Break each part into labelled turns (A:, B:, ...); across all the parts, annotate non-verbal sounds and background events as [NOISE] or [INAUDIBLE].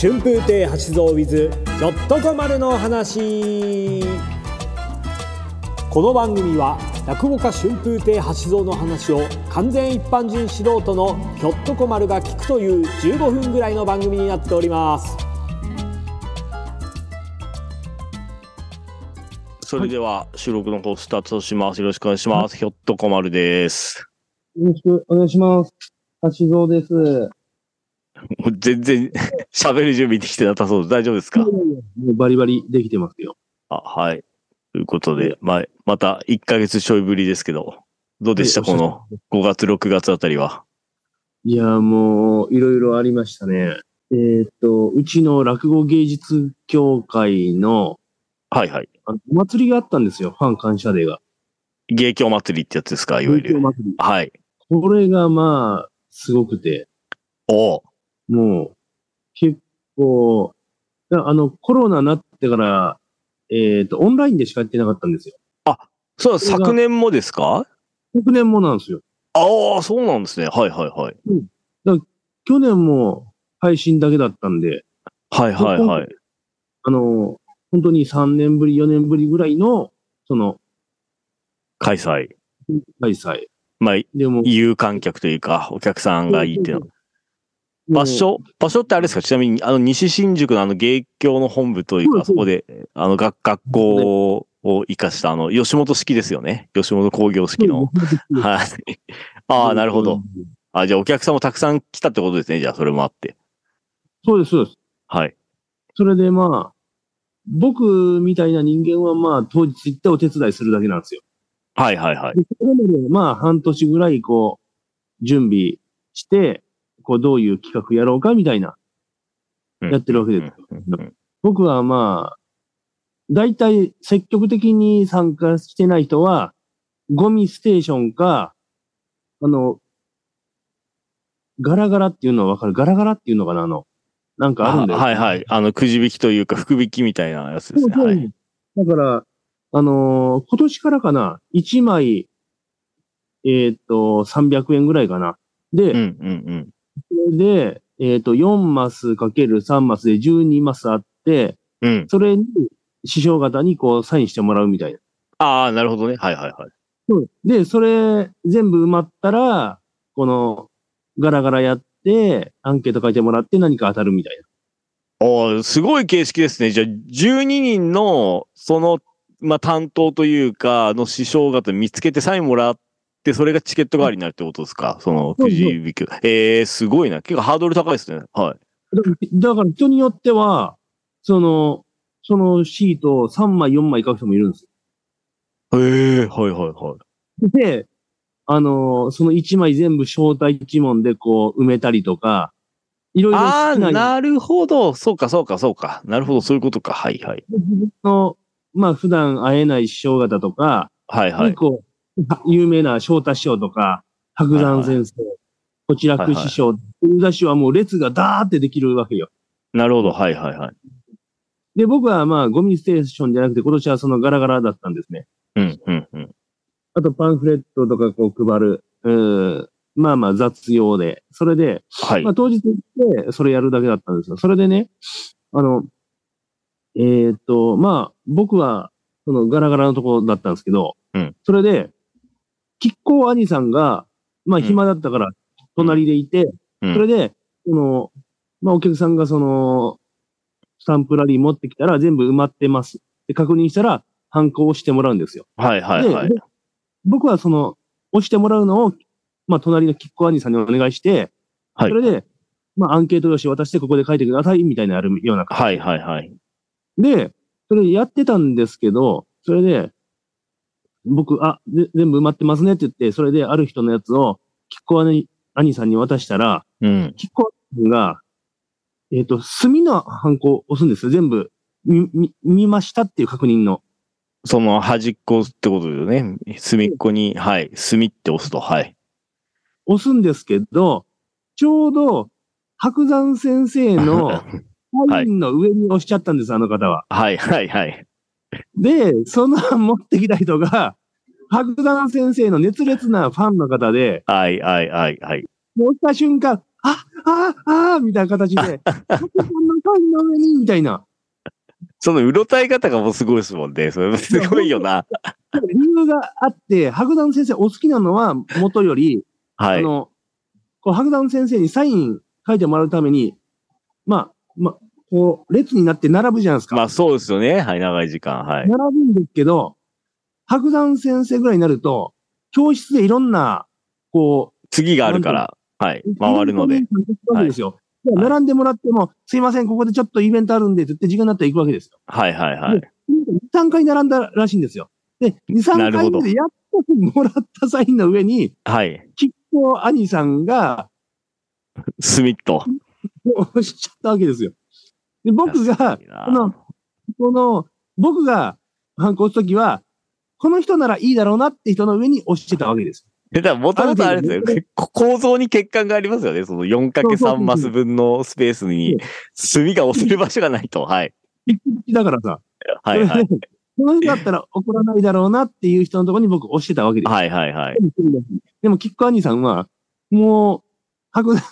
A: 春風亭八蔵 with ちょっとこまるのお話この番組は落語家春風亭八蔵の話を完全一般人素人のひょっとこまるが聞くという15分ぐらいの番組になっております
B: それでは収録の方スタートします。よろしくお願いします。ひょっとこまるです。
C: よろしくお願いします。橋蔵です。
B: もう全然 [LAUGHS] 喋る準備できてなさそうです。大丈夫ですか
C: もうバリバリできてますよ。
B: あ、はい。ということで、まあ、また1ヶ月ちょいぶりですけど、どうでした
C: はい
B: この5月、6月あたりは。
C: いや、もう、いろいろありましたね。えーっと、うちの落語芸術協会の、
B: はいはい。
C: あのお祭りがあったんですよ。ファン感謝デーが。
B: 芸協祭りってやつですかいわゆ
C: 東京
B: る。
C: 祭り
B: はい。
C: これがまあ、すごくて、
B: おう
C: もう、結構、だあの、コロナになってから、えーっと、オンラインでしかやってなかったんですよ。
B: そう、昨年もですか
C: 昨年もなんですよ。
B: ああ、そうなんですね。はいはいはい。
C: 去年も配信だけだったんで、
B: はいはいはい。
C: あの、本当に3年ぶり、4年ぶりぐらいの、その、
B: 開催。
C: 開催。
B: まあ、
C: でも、
B: 有観客というか、お客さんがいいっていうのは
C: もう
B: 場所、場所ってあれですかちなみに、あの、西新宿のあの、芸協の本部というか、
C: そ
B: そうこで、あの、学、学校を生かした、あの、吉本式ですよね。吉本工業式の。はい。ああ、なるほど。。あじゃあ、お客さんもたくさん来たってことですね。じゃあ、それもあって。
C: そうです、そうです。
B: はい。
C: それでまあ、僕みたいな人間はまあ、当日行ってお手伝いするだけなんですよ。
B: はいはいはい。
C: でそれまでまあ、半年ぐらい、こう、準備して、こう、どういう企画やろうかみたいな、
B: うん
C: やってるわけです。
B: うんうん
C: 僕はまあ、大体積極的に参加してない人は、ゴミステーションか、あの、ガラガラっていうのはわかるガラガラっていうのかなあの、なんかある
B: あ
C: んだよ。
B: はいはい。あの、くじ引きというか、福引きみたいなやつですね。
C: そう
B: は
C: そう
B: い。
C: だから、あのー今年からかな、1枚、えーっと、300円ぐらいかな。で、
B: うんうん
C: それで、えーっと、4マスかける3マスで12マスあって、
B: うん。うん。
C: それに、師匠方にこう、サインしてもらうみたいな。
B: ああ、なるほどね。はいはいはい。
C: そうで、それ全部埋まったら、このガラガラやって、アンケート書いてもらって何か当たるみたいな。
B: おーすごい形式ですね。じゃあ、12人の、その、まあ、担当というか、の師匠方見つけてサインもらって、それがチケット代わりになるってことですかその、
C: そう
B: くじ引き。えー、すごいな。結構ハードル高いですね。はい。
C: だからだから人によっては、その、そのシートを3枚4枚書く人もいるんです
B: えー、はいはいはい。
C: よ。で、あのーその1枚全部招待一問でこう埋めたりとか、いろいろ
B: あ
C: 好
B: あ、
C: きな
B: なるほど。そうかそうかそうか。なるほど。そういうことか。はいはい。
C: 自分の、まあ普段会えない師匠方とか、
B: はいはい
C: 結。構、有名な翔太師匠とか、白山先生、こちらく師匠、うだ師匠はもう列がダーってできるわけよ。
B: なるほど。はいはいはい。
C: で、僕はまあ、ゴミステーションじゃなくて、今年はそのガラガラだったんですね。
B: うんうんうん。
C: あと、パンフレットとかこう配る、うーまあまあ雑用で、それで、
B: はい
C: まあ。当日行って、それやるだけだったんですよ。それでね、あの、えーっと、まあ、僕は、そのガラガラのとこだったんですけど、
B: うん
C: それで、吉光兄さんが、まあ、
B: うん
C: 暇だったから、隣でいて、
B: うん
C: それで、その、まあ、お客さんがその、スタンプラリー持ってきたら、全部埋まってます。で、確認したら、反抗をしてもらうんですよ。
B: はいはいはい
C: で。僕はその、押してもらうのを、まあ、隣のキッコ兄さんにお願いして、
B: はい
C: それで、まあ、アンケート用紙渡して、ここで書いてください、みたいなのあるような。
B: はいはいはい。
C: で、それやってたんですけど、それで、僕、あ、ぜ全部埋まってますねって言って、それである人のやつを、キッコ兄兄さんに渡したら、
B: うん。
C: キッコ兄さんが、えっ、と、墨のハンコを押すんですよ、全部。み、み、見ましたっていう確認の。
B: その端っこってことですよね。隅っこに、はい。隅って押すと、はい。
C: 押すんですけど、ちょうど、白山先生のサインの上に押しちゃったんです、あの方は。
B: [LAUGHS] はいはいはい。
C: で、その持ってきた人が、白山先生の熱烈なファンの方で、
B: はいはいはいはい。 [LAUGHS]
C: もう押した瞬間、あああみたいな形で、白山のパンの上に、みたいな。
B: そのうろたえ方がもうすごいですもんね。それすごいよな。
C: 理由があって、白山先生お好きなのは元より、
B: は
C: [LAUGHS] あ
B: い。
C: の、こう白山先生にサイン書いてもらうために、まあ、まあ、こう、列になって並ぶじゃないですか。
B: まあそうですよね。はい、長い時間。はい。
C: 並ぶんですけど、白山先生ぐらいになると、教室でいろんな、こ
B: 次があるから、はい、
C: う、
B: 回るの
C: イ
B: で
C: ベン。トに行くわけですよ。で
B: はい
C: 並んでもらっても、すいません、ここでちょっとイベントあるんで、って言って時間になったら行くわけですよ。
B: はいはいはい。
C: 2、3回並んだらしいんですよ。で、2、
B: な
C: 3
B: るほ
C: 回
B: ど
C: 目でやっともらったサインの上に、
B: はい。
C: きっと兄さんが、
B: スミット。
C: 押しちゃったわけですよ。で、僕が、
B: いい
C: この
B: な、
C: この、僕が反抗したときは、この人ならいいだろうなって人の上に押してたわけです。
B: だからもともとあれですよ。こ構造に欠陥がありますよね。その 4×3 マス分のスペース
C: [LAUGHS]
B: に、墨が押せる場所がないと。はい。
C: だからさ、
B: はい
C: [LAUGHS]
B: はい。
C: それでこの人だったら怒らないだろうなっていう人のところに僕押してたわけです。
B: はいはいはい。
C: でも、キック兄さんは、もう、白田先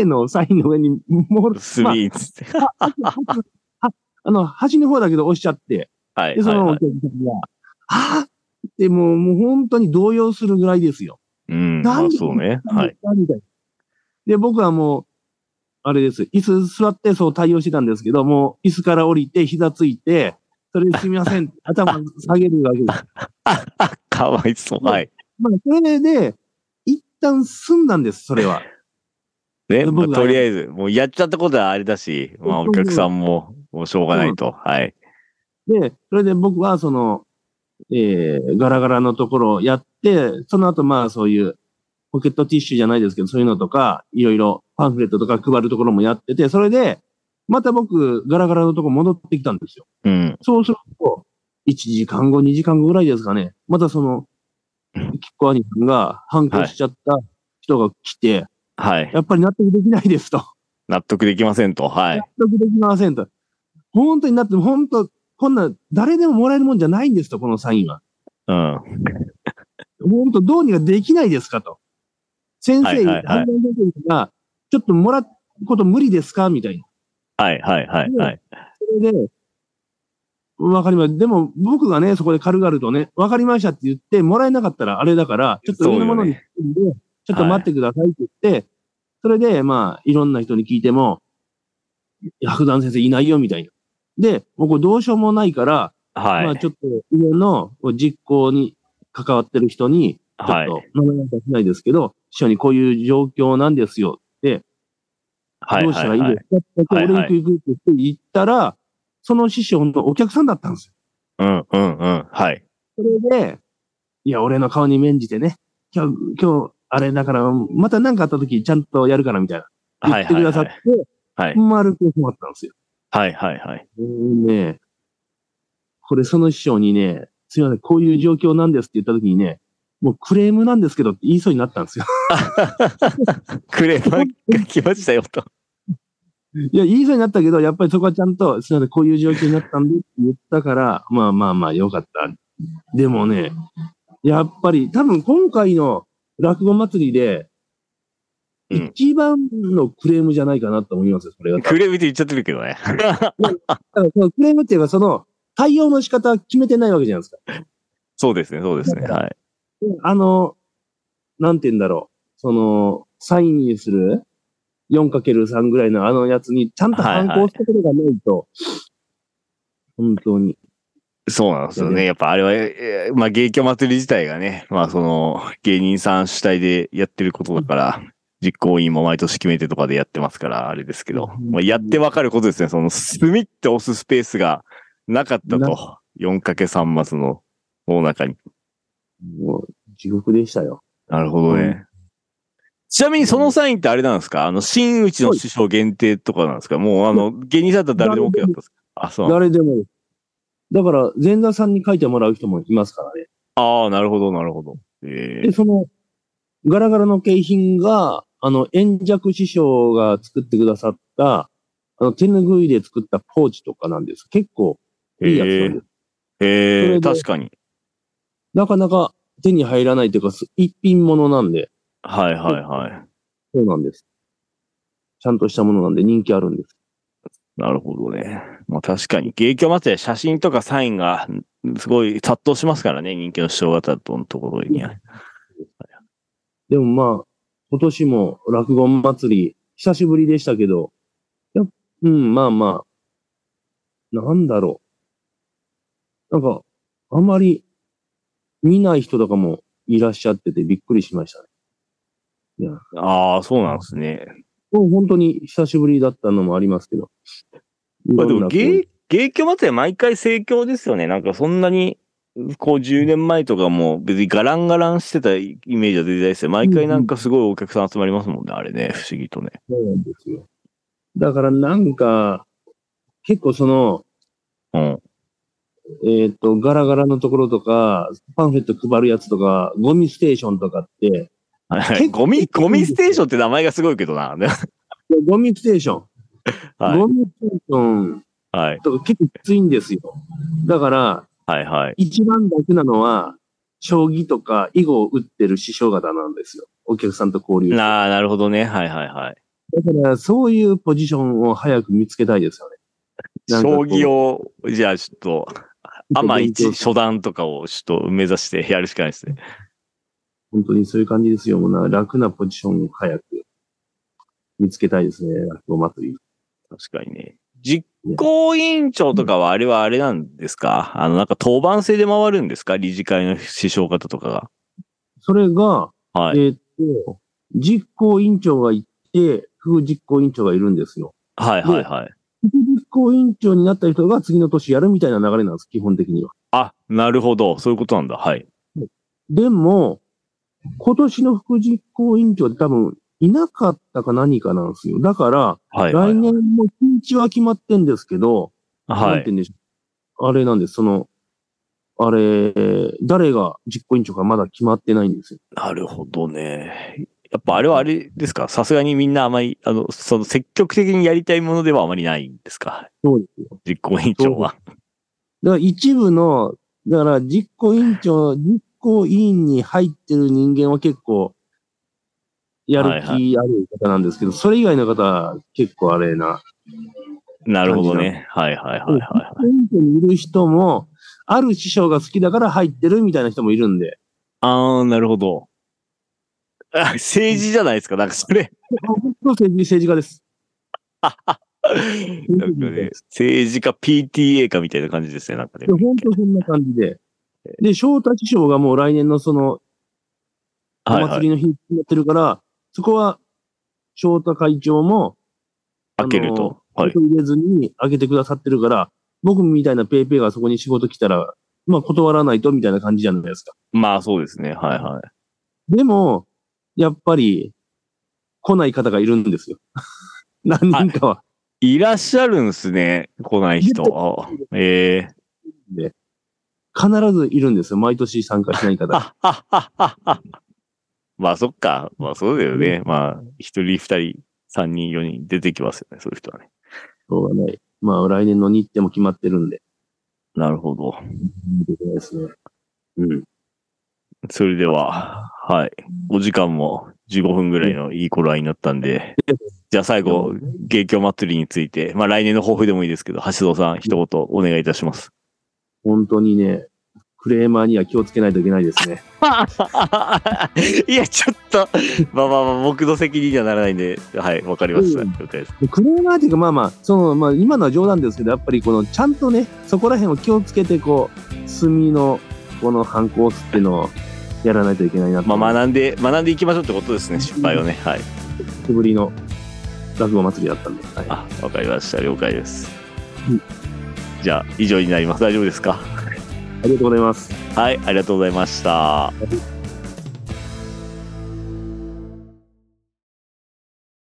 C: 生のサインの上に、
B: [LAUGHS]
C: もう、まあ、
B: 墨、つって。
C: あの、端の方だけど押しちゃって、
B: はい
C: で、そ
B: はい
C: の
B: は
C: お
B: い。
C: 客さんが、はぁってもう、もう本当に動揺するぐらいですよ。
B: うん。ま
C: な
B: あ
C: んで
B: そうね。はい。
C: みたいなで、僕はもう、あれです。椅子座ってそう対応してたんですけど、もう椅子から降りて膝ついて、それですみません、頭下げるわけです。
B: [LAUGHS] かわいそう。はい。
C: まあ、それで、一旦済んだんです、それは。
B: ね、まあ
C: 僕が
B: とりあえず、もうやっちゃったことはあれだし、まあお客さんも、もうしょうがないと。はい。
C: で、それで僕はその、えー、ガラガラのところをやって、その後まあそういう、ポケットティッシュじゃないですけど、そういうのとか、いろいろパンフレットとか配るところもやってて、それで、また僕、ガラガラのとこ戻ってきたんですよ。
B: うん。
C: そうすると、1時間後、2時間後ぐらいですかね。またその、
B: う
C: き
B: ん
C: っこ兄さんが反抗しちゃった人が来て、
B: はい。
C: やっぱり納得できないですと。
B: 納得できませんと。はい
C: 納。得できませんと。本当になって、本当、こんな、誰でももらえるもんじゃないんですと、このサインは。
B: うん。
C: 本当、どうにかできないですかと。先
B: は
C: 生
B: い
C: に、
B: はいはい
C: 判断先生が、ちょっともらうこと無理ですかみたいな。
B: はいはいはいはい。
C: それで、わかりました。でも、僕がね、そこで軽々とね、わかりましたって言って、もらえなかったらあれだから、ちょっと上のものに聞くんで、ちょっと待ってくださいって言って、それで、まあ、いろんな人に聞いても、白山先生いないよ、みたいな。で、もうこれどうしようもないから、ま
B: は
C: あ、
B: い。
C: ちょっと上のこう実行に関わってる人に、ちょ
B: は
C: っ
B: い。
C: と、名前なんかしないですけど、師匠にこういう状況なんですよって、
B: はい
C: どうしたらいいですかって、
B: はいはい
C: 俺行く行くって言ったら、その師匠のお客さんだったんです
B: うんうんうん。はい。
C: よ。それで、いや、俺の顔に免じてね、今日、今日、あれだから、また何かあった時ちゃんとやるからみたいな。
B: は
C: 言
B: い
C: って
B: は
C: く
B: い
C: ださ
B: は
C: って
B: い。、はい。
C: 丸く困ったんですよ。
B: はいはいはい。
C: もうね、これその師匠にね、すいません、こういう状況なんですって言った時にね、もうクレームなんですけどって言いそうになったんですよ。
B: クレーマーが来ましたよと。
C: いや、言いそうになったけど、やっぱりそこはちゃんと、すいません、こういう状況になったんでって言ったから、まあまあまあ、よかった。でもね、やっぱり、多分今回の落語祭りで、
B: うん
C: 一番のクレームじゃないかなと思いますよ、それは。だか
B: クレームって言っちゃってるけどね。
C: らそのクレームっていうか、その、対応の仕方は決めてないわけじゃないですか。
B: そうですね、そうですね。はい。
C: あの、なんて言うんだろう。その、サインにする 4×3 ぐらいのあのやつに、ちゃんと反抗したことがないと、本当に。
B: そうなんですよね。やっぱあれは、えーまあ、芸協祭り自体がね、まあ、その、芸人さん主体でやってることだから、実行委員も毎年決めてとかでやってますから、あれですけど、
C: うん
B: まあ、やってわかることですね。その、隅って押すスペースがなかったと。4×3 マスの大中に。
C: もう、地獄でしたよ。
B: なるほどね。
C: う
B: ちなみにそのサインってあれなんですかあの、真打ちの師匠限定とかなんですかもうあの、芸人さんだったら誰でも OK だったんですかあ、そうなん。
C: 誰でも。だから、前座さんに書いてもらう人もいますからね。
B: ああ、なるほど、なるほど。ええ
C: で、その、ガラガラの景品が、あの、円尺師匠が作ってくださった、あの、手拭いで作ったポーチとかなんです。結構いいやつなん
B: え
C: です。そ
B: え
C: れで
B: 確かに。
C: なかなか手に入らないというか、す一品物なんで、
B: はいはいはい。
C: そうなんです。ちゃんとしたものなんで人気あるんです。
B: なるほどね。まあ確かに、芸協祭りは写真とかサインがすごい殺到しますからね、人気の師匠方のところには。
C: でもまあ、今年も落語祭り、久しぶりでしたけど、やっうん、まあまあ、なんだろう。なんか、あまり見ない人とかもいらっしゃっててびっくりしましたね。いや、
B: ああ、そうなんですね。
C: もう本当に久しぶりだったのもありますけど。
B: まあで
C: いろん
B: も
C: なこう
B: 芸、芸協祭りは毎回盛況ですよね。なんかそんなに、こう10年前とかも別にガランガランしてたイメージは出てないですよ。毎回なんかすごいお客さん集まりますもんね、あれね、不思議とね。
C: そうなんですよ。だからなんか、結構その、
B: うん。
C: えっ、と、ガラガラのところとか、パンフレット配るやつとか、ゴミステーションとかって、
B: はいは
C: 結
B: い
C: 構
B: [LAUGHS] ゴミ、ゴミステーションって名前がすごいけどな。 [LAUGHS] ね
C: ゴミステーション、
B: はい
C: ゴミステーション
B: はい。
C: とか結構きついんですよ。だから、
B: はいはい。
C: 一番楽なのは、将棋とか囲碁を打ってる師匠方なんですよ。お客さんと交流。だか
B: なあ、なるほどね。はいはいはい。
C: ら、そういうポジションを早く見つけたいですよね。
B: 将棋を、じゃあちょっ [LAUGHS] と、アマ一
C: 一
B: 初段とかをちょっと目指してやるしかないですね。
C: 本当にそういう感じですよ。もうな楽なポジションを早く見つけたいですね。落語祭り。
B: 確かにね。実行委員長とかはあれはあれなんですかあの、なんか当番制で回るんですか理事会の師匠方とか
C: それが、
B: が。はい。
C: えーっと、実行委員長がいて、副実行委員長がいるんですよ。
B: はいはいはい。
C: 副実行委員長になった人が次の年やるみたいな流れなんです、基本的には。
B: あ、なるほど。そういうことなんだ。はい。
C: でも、今年の副実行委員長って多分いなかったか何かなんですよ。だから、
B: はい、は
C: 来
B: い。
C: 年も日にちは決まってんですけど、
B: は
C: なんて
B: い。
C: 言うんでしょう。あれなんです、その、あれ、誰が実行委員長かまだ決まってないんですよ。
B: なるほどね。やっぱあれはあれですかさすがにみんなあまり、あの、その積極的にやりたいものではあまりないんですか
C: そうですよ。
B: 実行委員長は。
C: だから一部の、だから実行委員長、実行委員に入ってる人間は結構、やる気ある方なんですけど、それ以外の方は結構あれな。
B: なるほどね。はいはいはいは
C: 委員長にいる人も、ある師匠が好きだから入ってるみたいな人もいるんで。
B: い。あー、なるほど。あ政治じゃないですか。なんかそれ。
C: 僕は政治政治家です。
B: [LAUGHS] なんかね政治家 PTA かみたいな感じですね。なんかね
C: で。本当そんな感じで。で、翔太師匠がもう来年のその、お
B: はいは
C: 祭
B: い。
C: りの日に決まってるから、そこは、翔太会長も、
B: 開ける
C: あ
B: と
C: の。
B: はい。
C: 入れずに開けてくださってるから、僕みたいなペイペイがそこに仕事来たら、まあ断らないとみたいな感じじゃないですか。
B: まあそうですね。はいは
C: でも、やっぱり、来ない方がいるんですよ。 [LAUGHS] 何人かは。
B: い。いらっしゃるんですね。来ない人。あええ
C: 必ずいるんですよ。毎年参加しない方が。
B: あははははまあそっか。まあそうだよね。まあ、一人、二人、三人、四人出てきますよね。そういう人はね。
C: しょうがない。まあ来年の日程も決まってるんで。
B: なるほど。
C: いいですね。うん。
B: それでは、はい。お時間も15分ぐらいのいい頃合いになったんで、じゃあ最後、芸協祭りについて、まあ来年の抱負でもいいですけど、橋蔵さん、一言お願いいたします。
C: 本当にね、クレーマーには気をつけないといけないですね。
B: [LAUGHS] いや、ちょっと、まあまあまあ、僕の責任にはならないんで、はい、わかりました。
C: うん
B: 了解です。
C: でクレーマーっていうか、まあまあ、その、まあ、今のは冗談ですけど、やっぱりこの、ちゃんとね、そこら辺を気をつけて、こう、墨の、この反抗っていうのをやらないといけないなと。
B: まあ、学んで、学んでいきましょうってことですね、失敗をね。はい。
C: 久しぶりの落語祭りだったんで。はい
B: あ、わかりました。了解です
C: うん。
B: じゃあ、以上になります。大丈夫ですか
C: ありがとうございます。
B: はい、ありがとうございました。
C: ありがとうございます